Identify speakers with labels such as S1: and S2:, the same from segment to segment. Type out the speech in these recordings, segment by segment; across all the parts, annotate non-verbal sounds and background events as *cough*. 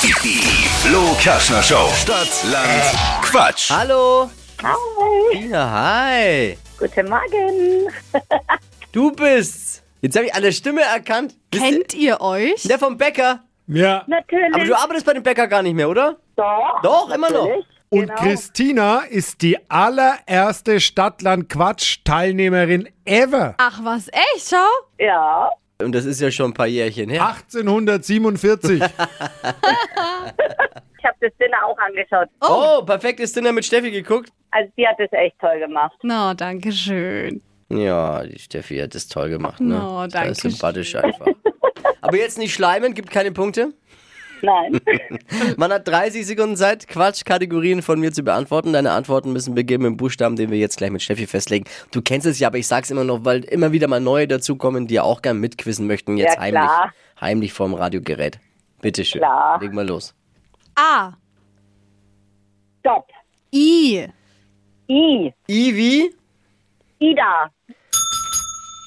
S1: Die Flo Kaschner Show. Stadt, Land, Quatsch.
S2: Hallo,
S3: Hi,
S2: Tina, hi.
S3: guten Morgen.
S2: Du bist's. Jetzt habe ich an der Stimme erkannt. Bist
S4: Kennt ihr euch?
S2: du der vom Bäcker?
S5: Ja.
S3: Natürlich.
S2: Aber du arbeitest bei dem Bäcker gar nicht mehr, oder?
S3: doch,
S2: Doch, immer noch.
S3: natürlich.
S5: Und
S3: Genau.
S5: Christina ist die allererste Stadtland-Quatsch-Teilnehmerin ever.
S4: Ach was, echt, schau.
S3: Ja,
S2: Und das ist ja schon ein paar Jährchen her.
S5: 1847.
S3: ich habe das Dinner auch angeschaut.
S4: Ah,
S2: Oh, perfektes Dinner mit Steffi geguckt.
S3: Also die hat es echt toll gemacht.
S4: Na, danke schön.
S2: Ja, die Steffi hat das toll gemacht, ne?
S4: No,
S2: Das ist
S4: danke
S2: sympathisch einfach. Aber jetzt nicht schleimen, gibt keine Punkte. *laughs*
S3: Nein.
S2: Man hat 30 Sekunden Zeit, Quatschkategorien von mir zu beantworten. Deine Antworten müssen beginnen mit dem Buchstaben, den wir jetzt gleich mit Steffi festlegen. Du kennst es ja, aber ich sag's immer noch, weil immer wieder mal neue dazukommen, die ja auch gern mitquissen möchten. Jetzt
S3: Ja,
S2: heimlich,
S3: klar.
S2: heimlich vorm Radiogerät. Bitteschön.
S3: Klar.
S2: Leg mal los.
S4: A.
S3: Stopp.
S4: I.
S3: I.
S2: Ivi,
S3: Ida.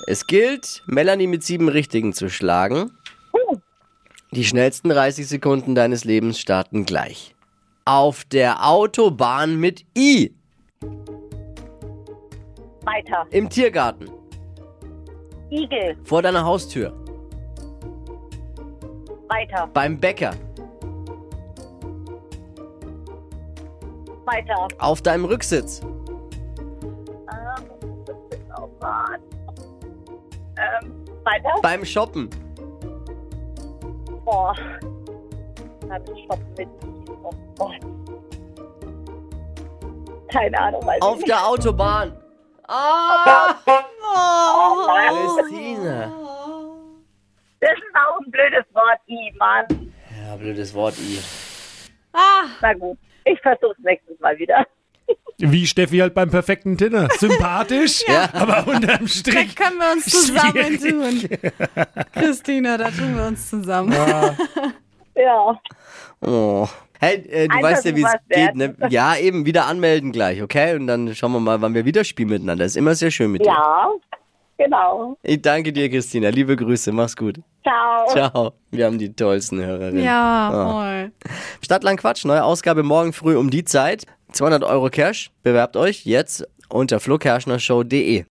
S2: es gilt, Melanie mit sieben Richtigen zu schlagen.
S3: Huh.
S2: Die schnellsten 30 Sekunden deines Lebens starten gleich. Auf der Autobahn mit I.
S3: Weiter.
S2: Im Tiergarten.
S3: Igel.
S2: Vor deiner Haustür.
S3: Weiter.
S2: Beim Bäcker.
S3: Weiter.
S2: Auf deinem Rücksitz.
S3: Ähm, das ist auch wahr. Ähm, weiter.
S2: Beim Shoppen.
S3: Boah. Hab ich schon mit. Oh Gott. Keine Ahnung, weiß
S2: Auf
S3: ich
S2: der Autobahn. Ah!
S4: Ah,
S2: Oh.
S3: nicht.
S2: Christina.
S3: Das ist auch ein blödes Wort, I, Mann.
S2: Ja, blödes Wort I.
S4: Ah,
S3: Na gut. Ich versuch's nächstes Mal wieder.
S5: Wie Steffi halt beim perfekten Dinner. Sympathisch, aber unterm
S4: da
S5: Strich.
S4: können wir uns zusammen tun. Christina, da tun wir uns zusammen.
S3: Ja.
S2: Oh. Hey, äh, du
S3: Einfach
S2: weißt ja, wie es
S3: sowas
S2: geht,
S3: werden.
S2: ne? Ja, eben wieder anmelden gleich, okay? Und dann schauen wir mal, wann wir wieder spielen miteinander. Ist immer sehr schön mit dir.
S3: Ja. Genau.
S2: Ich danke dir, Christina. Liebe Grüße. Mach's gut.
S3: Ciao.
S2: Ciao. Wir haben die tollsten Hörerinnen.
S4: Ja, voll.
S2: Stadtland Quatsch, neue Ausgabe morgen früh um die Zeit. 200 Euro Cash. Bewerbt euch jetzt unter flokerschnershow.de.